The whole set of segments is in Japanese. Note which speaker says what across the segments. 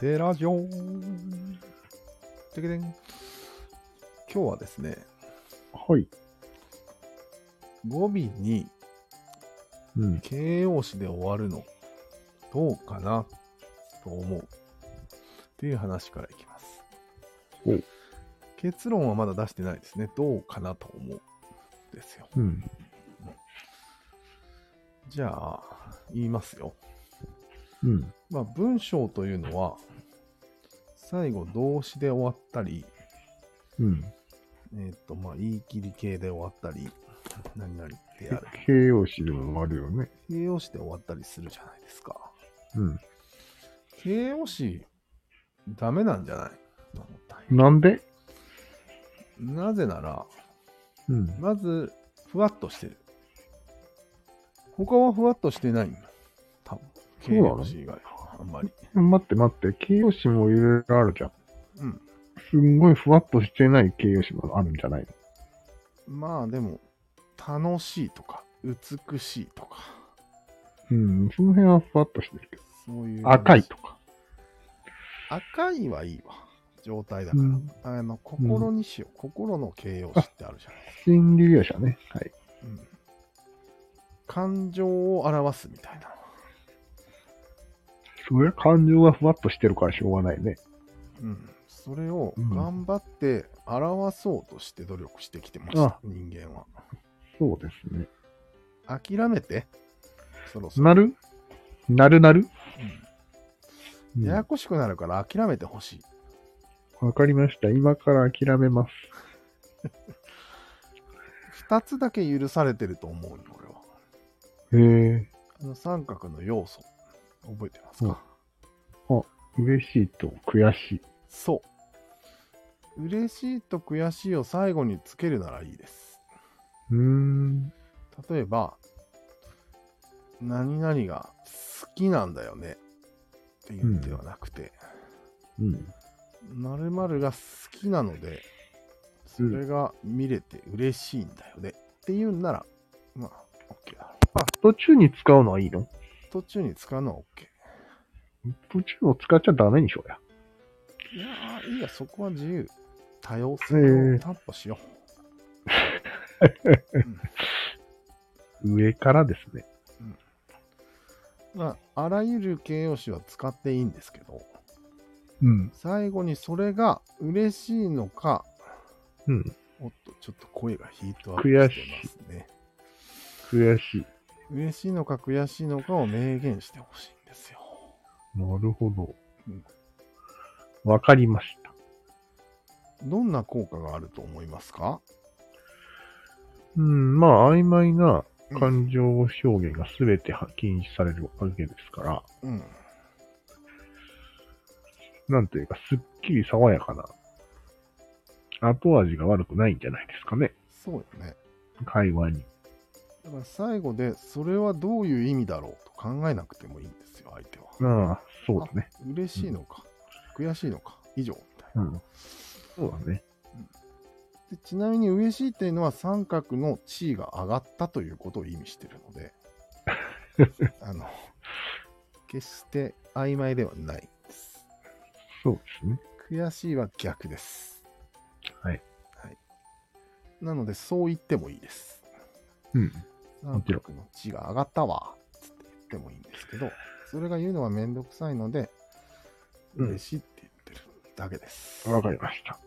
Speaker 1: テラジオてけてん今日はですね、
Speaker 2: はい。
Speaker 1: 語尾に
Speaker 2: うん。
Speaker 1: 形容詞で終わるの、どうかなと思う。っていう話からいきます
Speaker 2: ほう。
Speaker 1: 結論はまだ出してないですね。どうかなと思う。ですよ。
Speaker 2: うん。
Speaker 1: じゃあ、言いますよ。
Speaker 2: うん。
Speaker 1: まあ、文章というのは、最後動詞で終わったり、
Speaker 2: うん。
Speaker 1: えっ、と、まあ、言い切り系で終わったり、何々ってやる。
Speaker 2: 形容詞でも終わるよね。
Speaker 1: 形容詞で終わったりするじゃないですか。
Speaker 2: うん。
Speaker 1: 形容詞、ダメなんじゃないと思ったんよ
Speaker 2: なんで
Speaker 1: なぜなら、
Speaker 2: うん。
Speaker 1: まず、ふわっとしてる。他はふわっとしてないんだ。多分
Speaker 2: そ
Speaker 1: 形
Speaker 2: うなの
Speaker 1: 容詞以外は、あんまり。
Speaker 2: 待って待って、形容詞もいろいろあるじゃん。
Speaker 1: うん。
Speaker 2: すんごいふわっとしてない形容詞もあるんじゃない
Speaker 1: まあ、でも、楽しいとか、美しいとか、
Speaker 2: うん。その辺はふわっとしてるけど。
Speaker 1: そういう。
Speaker 2: 赤いとか。
Speaker 1: 赤いはいいわ。状態だから。
Speaker 2: うん
Speaker 1: あの、心にしよう。心の形容詞ってあるじゃない
Speaker 2: 心理描写ね。はい。
Speaker 1: うん感情を表すみたいな。
Speaker 2: それは感情がふわっとしてるからしょうがないね。
Speaker 1: うん、それを
Speaker 2: うん
Speaker 1: 頑張って表そうとして努力してきてました、人間は。
Speaker 2: そうですね。
Speaker 1: 諦めて、そろそろ、
Speaker 2: なるなるなる
Speaker 1: うんや
Speaker 2: わ
Speaker 1: や、こしくなるから諦めてほしい。
Speaker 2: うん、わかりました。今から諦めます。
Speaker 1: 二つだけ許されてると思うよ、俺は。
Speaker 2: へえ。
Speaker 1: あの三角の要素、覚えてますか、
Speaker 2: 嬉しいと悔しい。
Speaker 1: そう。嬉しいと悔しいを最後につけるならいいです。
Speaker 2: うーん。
Speaker 1: 例えば、何々が好きなんだよねって言うんではなくて、
Speaker 2: うん。
Speaker 1: 〇〇が好きなので、それが見れて嬉しいんだよねっていうんなら、まあ、OK だろう。
Speaker 2: あ、途中に使うのはいいの
Speaker 1: 途中に使うのは OK。
Speaker 2: 途中を使っちゃダメでしょうや。
Speaker 1: いやー、いいや、そこは自由。多様
Speaker 2: え
Speaker 1: 性を
Speaker 2: え
Speaker 1: 担保しよ
Speaker 2: 上からですね。
Speaker 1: う。まあ、あらゆる形容詞は使っていいんですけど、
Speaker 2: うん。
Speaker 1: 最後にそれが嬉しいのか、
Speaker 2: うん。
Speaker 1: おっと、ちょっと声がヒートアップ
Speaker 2: 悔し
Speaker 1: して
Speaker 2: い
Speaker 1: ますね。
Speaker 2: 悔しい。
Speaker 1: 嬉しいのか悔しいのかを明言してほしいんですよ。
Speaker 2: なるほど
Speaker 1: うん。
Speaker 2: わ、かりました。
Speaker 1: どんな効果があると思いますか
Speaker 2: うん。まあ、曖昧な感情表現が全て禁止されるわけですから、
Speaker 1: うん。
Speaker 2: なんていうか、すっきり爽やかな。後味が悪くないんじゃないですかね。
Speaker 1: そうよね。
Speaker 2: 会話に。
Speaker 1: だから最後で、それはどういう意味だろうと考えなくてもいいんですよ、相手は。
Speaker 2: ああ、そうだね。
Speaker 1: 嬉しいのか、悔しいのか、以上、みたいな。
Speaker 2: うん。そうだね。
Speaker 1: でちなみに嬉しいっていうのは三角の地位が上がったということを意味してるの で、あの、決して曖昧ではないです。
Speaker 2: そうですね。
Speaker 1: 悔しいは逆です。
Speaker 2: はい。
Speaker 1: はい。なので、そう言ってもいいです。
Speaker 2: うん。
Speaker 1: 三
Speaker 2: ちろん
Speaker 1: 角の地位が上がったわ、つって言ってもいいんですけど、それが言うのはめんどくさいので、
Speaker 2: うん
Speaker 1: 嬉しいって言ってるだけです。
Speaker 2: わかりました。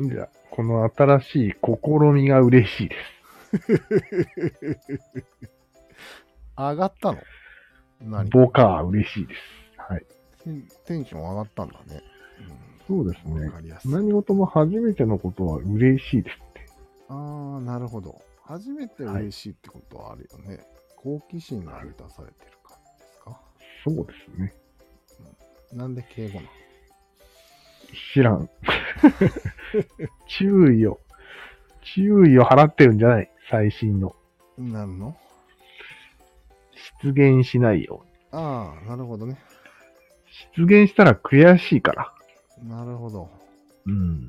Speaker 2: じゃあ、この新しい試みが嬉しいです。
Speaker 1: 上がったの何
Speaker 2: ボカー嬉しいです。はい。
Speaker 1: テンテンション上がったんだね。
Speaker 2: そうです
Speaker 1: うん、わ
Speaker 2: ね。
Speaker 1: かりやすい。
Speaker 2: 何事も初めてのことは嬉しいですって。
Speaker 1: ああ、なるほど。初めて嬉しいってことはあるよね。好奇心が満たされてる感じですか
Speaker 2: そうですね。
Speaker 1: なんで敬語なの
Speaker 2: 知らん。 注意を。注意を払ってるんじゃない。最新の。
Speaker 1: なんの
Speaker 2: 出現しないよう
Speaker 1: ああ、なるほどね。
Speaker 2: に。出現したら悔しいから。
Speaker 1: なるほど。
Speaker 2: うん。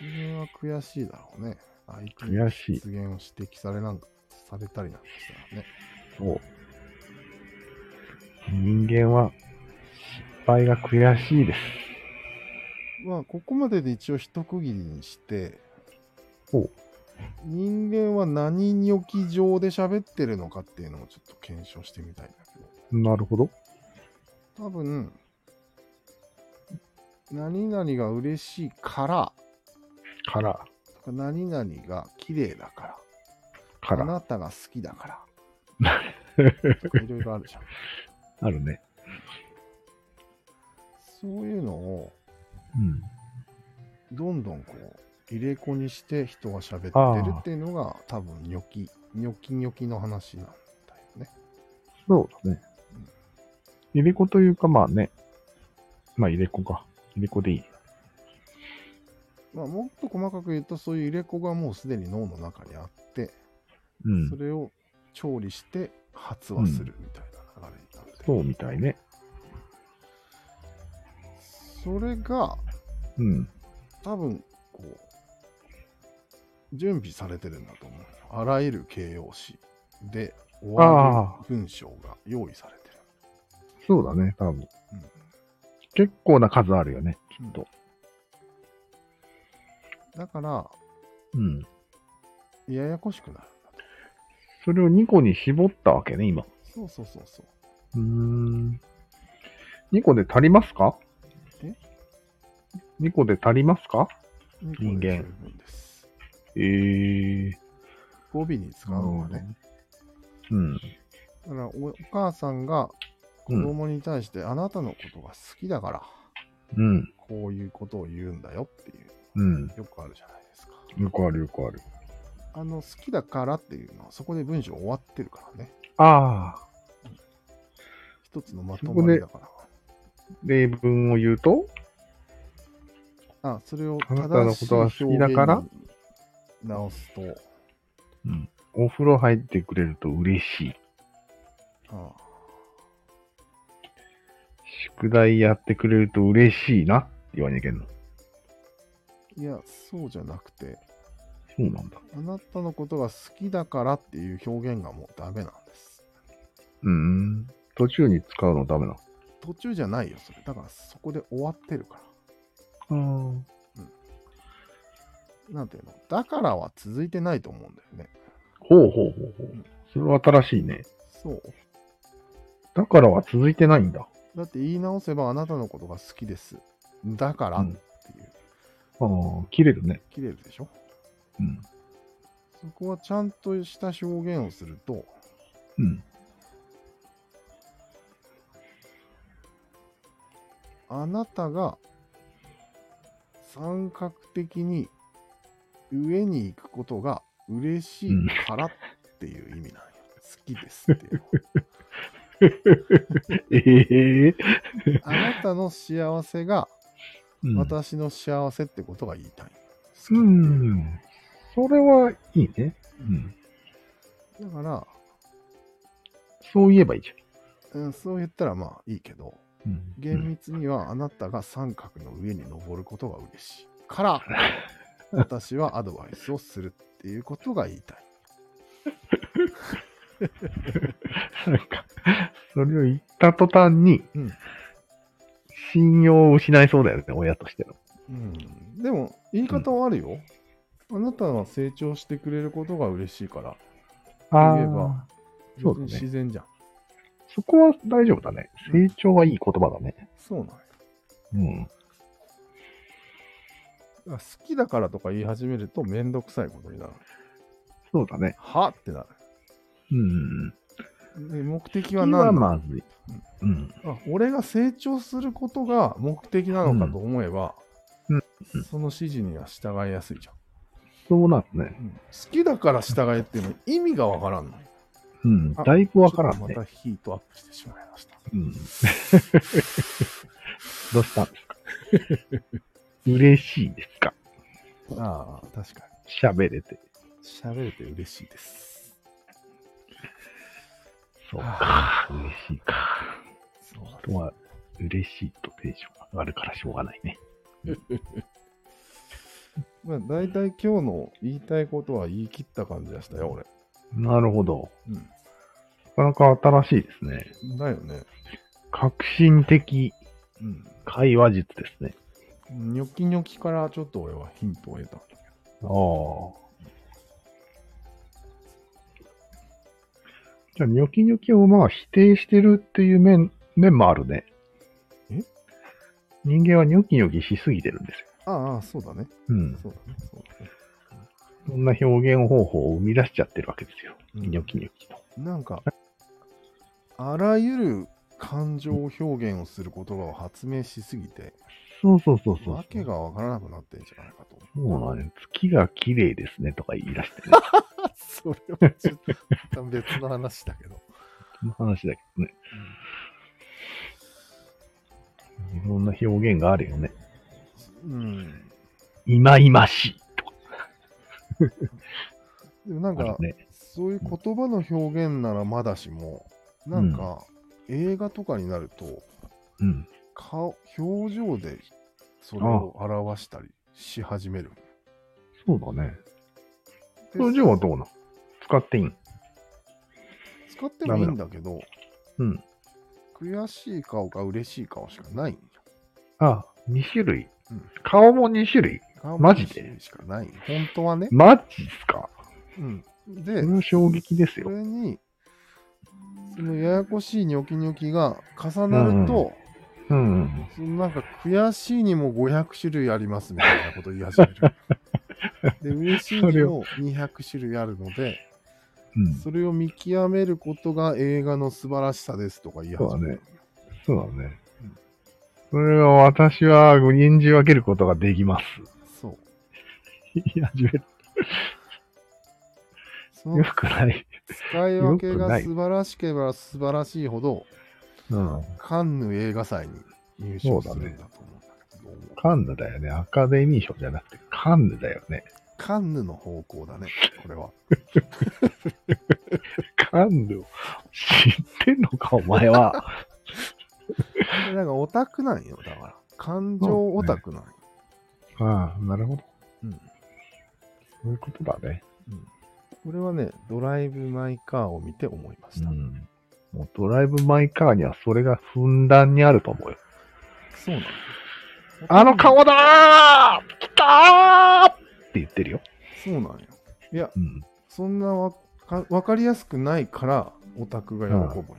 Speaker 1: 出現は悔しいだろうね。相手に
Speaker 2: 悔しい。
Speaker 1: 出現を指摘されなんされたりなんかしたらね。
Speaker 2: そう。人間は失敗が悔しいです。
Speaker 1: まあ、ここまでで一応一区切りにして、
Speaker 2: ほう
Speaker 1: 人間は何に置き上で喋ってるのかっていうのをちょっと検証してみたいんだけ
Speaker 2: なるほど。
Speaker 1: ど、多分、何々が嬉しいから、
Speaker 2: から、
Speaker 1: 何々が綺麗だから、
Speaker 2: か
Speaker 1: あ
Speaker 2: ら。
Speaker 1: なたが好きだ から。とかいろいろあるじゃん。
Speaker 2: あるね。
Speaker 1: そういうのを、
Speaker 2: うん。
Speaker 1: どんどんこう、入れ子にして人が喋ってるっていうのが、多分、ニョキ、ニョキニョキの話なんだよね。
Speaker 2: そうだね。入れ子というか、まあね。まあ入れ子か。入れ子でいい。
Speaker 1: まあ、もっと細かく言うと、そういう入れ子がもうすでに脳の中にあって、
Speaker 2: うん
Speaker 1: そ。れを調理して発話するみたいな流れになって
Speaker 2: そ
Speaker 1: る、
Speaker 2: うみたいね。
Speaker 1: それが、
Speaker 2: うん。
Speaker 1: 多分、こう、準備されてるんだと思う。あらゆる形容詞で終わる文章が用意されてる。
Speaker 2: そうだね、多分。
Speaker 1: うん
Speaker 2: 結構な数あるよね、きっと。
Speaker 1: だから、
Speaker 2: うん。
Speaker 1: ややこしくなるんだと。
Speaker 2: それを2個に絞ったわけね、今。
Speaker 1: そうそうそうそう。
Speaker 2: うーん。2個で足りますか
Speaker 1: え
Speaker 2: ?2 個で足りますか
Speaker 1: 人
Speaker 2: 間
Speaker 1: です。
Speaker 2: ええ
Speaker 1: 語尾に使うのはね。
Speaker 2: うん。
Speaker 1: だからおお母さんが子
Speaker 2: うん。
Speaker 1: 供に対して、あなたのことが好きだから、
Speaker 2: うん。
Speaker 1: こういうことを言うんだよっていう、
Speaker 2: うん。
Speaker 1: よくあるじゃないですか。
Speaker 2: よくあるよくある。
Speaker 1: あの、好きだからっていうのは、そこで文章終わってるからね。
Speaker 2: ああ。
Speaker 1: 一つのまとまりだから。
Speaker 2: 例文を言うと
Speaker 1: あ、それを
Speaker 2: あなた
Speaker 1: 正
Speaker 2: の
Speaker 1: し
Speaker 2: こ
Speaker 1: い
Speaker 2: とは好きだから
Speaker 1: 表現に直すと、
Speaker 2: お風呂入ってくれると嬉しい。
Speaker 1: あ
Speaker 2: 宿題やってくれると嬉しいなって言わなきゃいけんの。
Speaker 1: いや、そうじゃなくて、
Speaker 2: そうなんだ。
Speaker 1: あなたのことが好きだからっていう表現がもうダメなんです。
Speaker 2: うーん。途中に使うのダメな
Speaker 1: 途中じゃないよ、それ。だからそこで終わってるから。
Speaker 2: の。ああ。
Speaker 1: なんていうのだからは続いてないと思うんだよね。
Speaker 2: ほうほうほうほう。それは新しいね。
Speaker 1: そう。
Speaker 2: だからは続いてないんだ。
Speaker 1: だって言い直せばあなたのことが好きです。だからっていう、
Speaker 2: ああ、切れるね。
Speaker 1: 切れるでしょ
Speaker 2: うん。
Speaker 1: そこはちゃんとした表現をすると、
Speaker 2: うん。
Speaker 1: あなたが三角的に上に行くことが嬉しいからっていう意味なんよ。好きですっていうのは。
Speaker 2: ええ
Speaker 1: あなたの幸せが
Speaker 2: うん
Speaker 1: 私の幸せってことが言いたい。好
Speaker 2: う。
Speaker 1: きっていうん
Speaker 2: それはいいね。うん。
Speaker 1: だから、
Speaker 2: そう言えばいいじ
Speaker 1: うん、そう言ったらまあいいけど、
Speaker 2: ゃん。うん。
Speaker 1: 厳密にはあなたが三角の上に登ることが嬉しいから、私はアドバイスをするっていうことが言いたい。
Speaker 2: なんか、それを言った途端に、
Speaker 1: うん
Speaker 2: 信用を失いそうだよね、親としての。
Speaker 1: うん、でも、言い方はあるよ。あなたは成長してくれることが嬉しいから、
Speaker 2: あ
Speaker 1: 言えば
Speaker 2: そうだね
Speaker 1: 別に自然じゃん。
Speaker 2: そこは大丈夫だね。成長はいい言葉だね。
Speaker 1: そうなんよ
Speaker 2: うん。
Speaker 1: だから好きだからとか言い始めるとめんどくさいことになる。
Speaker 2: そうだね。
Speaker 1: はってな
Speaker 2: うん。
Speaker 1: る。で目的は
Speaker 2: 今
Speaker 1: 何な
Speaker 2: は
Speaker 1: の
Speaker 2: まずい。うん。
Speaker 1: あ俺が成長することが目的なのかと思えば、
Speaker 2: うん
Speaker 1: その指示には従いやすいじゃん。
Speaker 2: そうなるね。
Speaker 1: 好きだから従えっていうの意味がわからんの。
Speaker 2: うん。
Speaker 1: あ
Speaker 2: だいぶわから
Speaker 1: ち
Speaker 2: ん
Speaker 1: ょっ
Speaker 2: ね
Speaker 1: と。またヒートアップしてしまいました。
Speaker 2: うん。 どうしたん ですか嬉しいですか
Speaker 1: ああ、確か
Speaker 2: 喋れて。
Speaker 1: に。喋れて嬉しいです。
Speaker 2: そうか。嬉しいか。
Speaker 1: そうなん
Speaker 2: とは、嬉しいとテンションが上がるからしょうがないね。
Speaker 1: まあ、大体今日の言いたいことは言い切った感じがしたよ、俺。
Speaker 2: なるほど。
Speaker 1: う
Speaker 2: なかなか新しいですね。
Speaker 1: ん。だよね。
Speaker 2: 革新的。
Speaker 1: うん。
Speaker 2: 会話術ですね。
Speaker 1: ニョキニョキからちょっと俺はヒントを得たんだけど。
Speaker 2: ああ。じゃあ、ニョキニョキをまあ否定してるっていう面、面もあるね。
Speaker 1: え
Speaker 2: 人間はニョキニョキしすぎてるんですよ。
Speaker 1: ああ、そうだね。
Speaker 2: うん。
Speaker 1: そうだね。そうだね。
Speaker 2: そんな表現方法を生み出しちゃってるわけですよ。
Speaker 1: うん
Speaker 2: ニョキニョキと。
Speaker 1: なんか、あらゆる感情表現をする言葉を発明しすぎて、
Speaker 2: そうそうそうそう。
Speaker 1: わけがわからなくなってんじゃないかと
Speaker 2: そう
Speaker 1: 思う。
Speaker 2: なんです。月が綺麗ですねとか言い出してね。
Speaker 1: それはちょっと一旦別の話だけど。
Speaker 2: その話だけどね。いろんな表現があるよね。
Speaker 1: うん。
Speaker 2: いまいましいとか
Speaker 1: でもなん
Speaker 2: ある
Speaker 1: か、
Speaker 2: ね。
Speaker 1: そういう言葉の表現ならまだしも、なんか、映画とかになると、
Speaker 2: うん。
Speaker 1: 顔、表情でそれを表したりし始める。
Speaker 2: そうだね。
Speaker 1: で
Speaker 2: 表情はどうなの使っていいん
Speaker 1: 使ってもいいんだけど、
Speaker 2: うん。
Speaker 1: 悔しい顔か嬉しい顔しかないんよ。
Speaker 2: あ、2種類
Speaker 1: うん。
Speaker 2: 顔も2種類マジで
Speaker 1: しかない。本当はね。
Speaker 2: マジっすか
Speaker 1: うん。
Speaker 2: こ
Speaker 1: で
Speaker 2: れ、は衝撃です
Speaker 1: そ
Speaker 2: よ。
Speaker 1: れに、そのややこしいニョキニョキが重なると、
Speaker 2: うんうん。
Speaker 1: そのなんか悔しいにも500種類ありますみたいなこと言い始 める。で、嬉しい
Speaker 2: そ
Speaker 1: に
Speaker 2: れ
Speaker 1: も200種類あるので、
Speaker 2: うん。
Speaker 1: それを見極めることが映画の素晴らしさですとか言い始める。
Speaker 2: そうだね。それを私は演じ分けることができます。
Speaker 1: そう。
Speaker 2: 言い始める
Speaker 1: そ
Speaker 2: よ
Speaker 1: の
Speaker 2: くない。
Speaker 1: 使い分け
Speaker 2: よく
Speaker 1: が
Speaker 2: ない
Speaker 1: 素晴らしければ素晴らしいほど、
Speaker 2: うん。
Speaker 1: カンヌ映画祭に入賞するんだと思うんだけど、
Speaker 2: カンヌだよね。アカデミー賞じゃなくてカンヌだよね。
Speaker 1: カンヌの方向だね、これは。
Speaker 2: カンヌを知ってんのか、お 前は。
Speaker 1: でなんかオタクなんよ、だから。感情オタクなんよ。
Speaker 2: ああ、なるほど。
Speaker 1: うん
Speaker 2: そういうことだね。
Speaker 1: うんこれはね、ドライブ・マイ・カーを見て思いました。
Speaker 2: ん。もうドライブ・マイ・カーにはそれがふんだんにあると思うよ。
Speaker 1: そうなの。
Speaker 2: あの顔だー来たーって言ってるよ。
Speaker 1: そうなんよ。いや、
Speaker 2: うん。
Speaker 1: そんなわかわかりやすくないから、オタクが喜ぶんよ。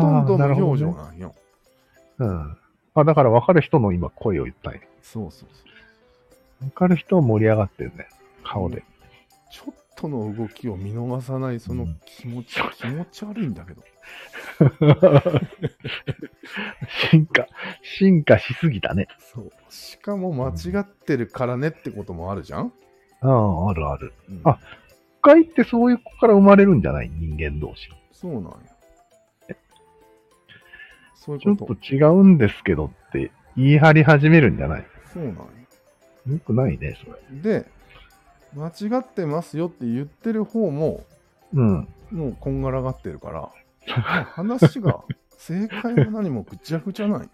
Speaker 1: ほとんど
Speaker 2: なる
Speaker 1: の
Speaker 2: ほ
Speaker 1: 表
Speaker 2: ど
Speaker 1: 情
Speaker 2: ね
Speaker 1: なんよ。
Speaker 2: うん。あ、だから分かる人の今声を言ったんや。
Speaker 1: そうそうそう。
Speaker 2: 分かる人は盛り上がってるね。顔で。
Speaker 1: ちょっとの動きを見逃さないその気持ち、気持ち悪いんだけど。
Speaker 2: 進化、進化しすぎたね。
Speaker 1: そう。しかも間違ってるからねってこともあるじゃん、
Speaker 2: うん、あるある。
Speaker 1: うん
Speaker 2: あ誤解ってそういう子から生まれるんじゃない人間同士。
Speaker 1: そうなんよ。そう
Speaker 2: ち
Speaker 1: い
Speaker 2: ょ
Speaker 1: う
Speaker 2: っ
Speaker 1: こと
Speaker 2: と。違うんですけどって言い張り始めるんじゃない
Speaker 1: そうなんよ。
Speaker 2: よくないね、それ。
Speaker 1: で、間違ってますよって言ってる方も、
Speaker 2: うん。
Speaker 1: もうこんがらがってるから、もう話が、正解も何もぐちゃぐちゃなんよ。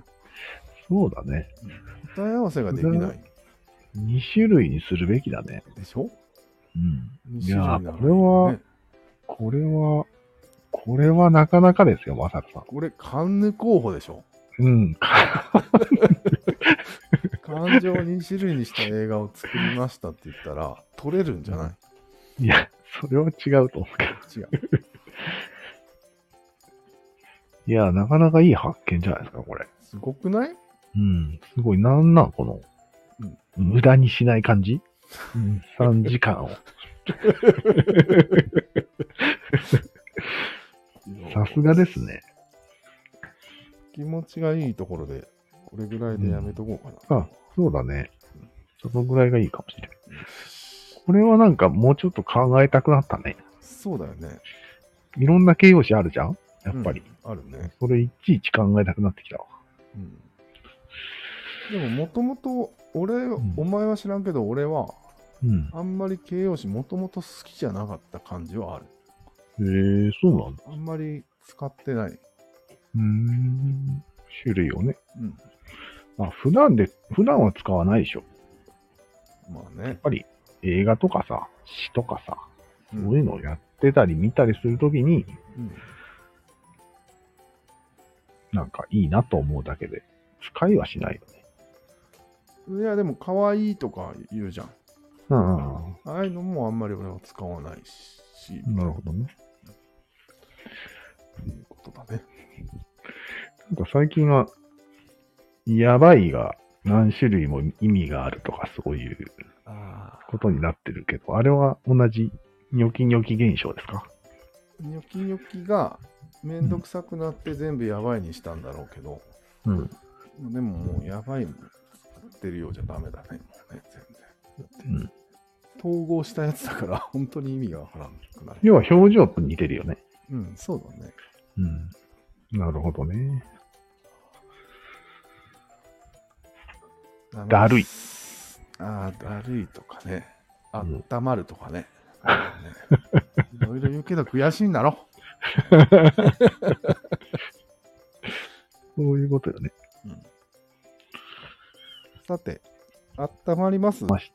Speaker 2: そうだね。
Speaker 1: 答え合わせができない
Speaker 2: 2種類にするべきだね。
Speaker 1: でしょ
Speaker 2: うん。
Speaker 1: 二
Speaker 2: い
Speaker 1: 種類
Speaker 2: や
Speaker 1: な
Speaker 2: ー
Speaker 1: らね
Speaker 2: これはこれは、これはなかなかですよ、まさるさ
Speaker 1: これ、カンヌ候補でしょ
Speaker 2: ん。うん。
Speaker 1: 感情を2種類にした映画を作りましたって言ったら、取れるんじゃない
Speaker 2: いや、それは違うと思うけど。
Speaker 1: 違う。
Speaker 2: いや、なかなかいい発見じゃないですか、これ。
Speaker 1: すごくない
Speaker 2: うん。すごい、なんなん、この、無駄にしない感じ、うん、?3 時間を。 さすがですね。
Speaker 1: 気持ちがいいところで、これぐらいでやめとこうかな。
Speaker 2: あ、そうだね。そのぐらいがいいかもしれない。これはなんかもうちょっと考えたくなったね。
Speaker 1: そうだよね。
Speaker 2: いろんな形容詞あるじゃんやっぱり。
Speaker 1: うん。あるね。
Speaker 2: それいちいち考えたくなってきたわ。
Speaker 1: うん。でも、もともと、俺、
Speaker 2: ん
Speaker 1: お前は知らんけど、俺は、
Speaker 2: うん。
Speaker 1: あんまり形容詞、もともと好きじゃなかった感じはある。
Speaker 2: へえそうなんだ。
Speaker 1: あんまり使ってない。
Speaker 2: うーん。種類をね。
Speaker 1: うん。
Speaker 2: まあ普段で、普段は使わないでしょ。
Speaker 1: まあね
Speaker 2: やっ。ぱり映画とかさ、詩とかさ、
Speaker 1: う
Speaker 2: そう
Speaker 1: ん。
Speaker 2: いうのをやってたり見たりするときに、
Speaker 1: うん
Speaker 2: なんかいいなと思うだけで、使いはしないよね。
Speaker 1: いや、でも、可愛いとか言うじゃん。
Speaker 2: うん
Speaker 1: ああいうのもあんまり俺は使わないし、
Speaker 2: なるほどね。
Speaker 1: っていうことだね。
Speaker 2: なんか最近は、やばいが何種類も意味があるとかそういう
Speaker 1: ああ。
Speaker 2: ことになってるけど、あれは同じニョキニョキ現象ですか
Speaker 1: ニョキニョキがめんどくさくなって全部やばいにしたんだろうけど、
Speaker 2: うん。
Speaker 1: でももうやばいもん使ってるようじゃダメだね、もうね、全然。統合したやつだから、 本当に意味がわからなくなる。
Speaker 2: 要は表情と似てるよね。
Speaker 1: うん、そうだね。
Speaker 2: うん。なるほどね。だるい。
Speaker 1: ああ、だるいとかね。あ
Speaker 2: うん
Speaker 1: ったまると かね。いろいろ言うけど悔しいんだろ。
Speaker 2: そういうことよね。
Speaker 1: うんさて、あったまります
Speaker 2: まし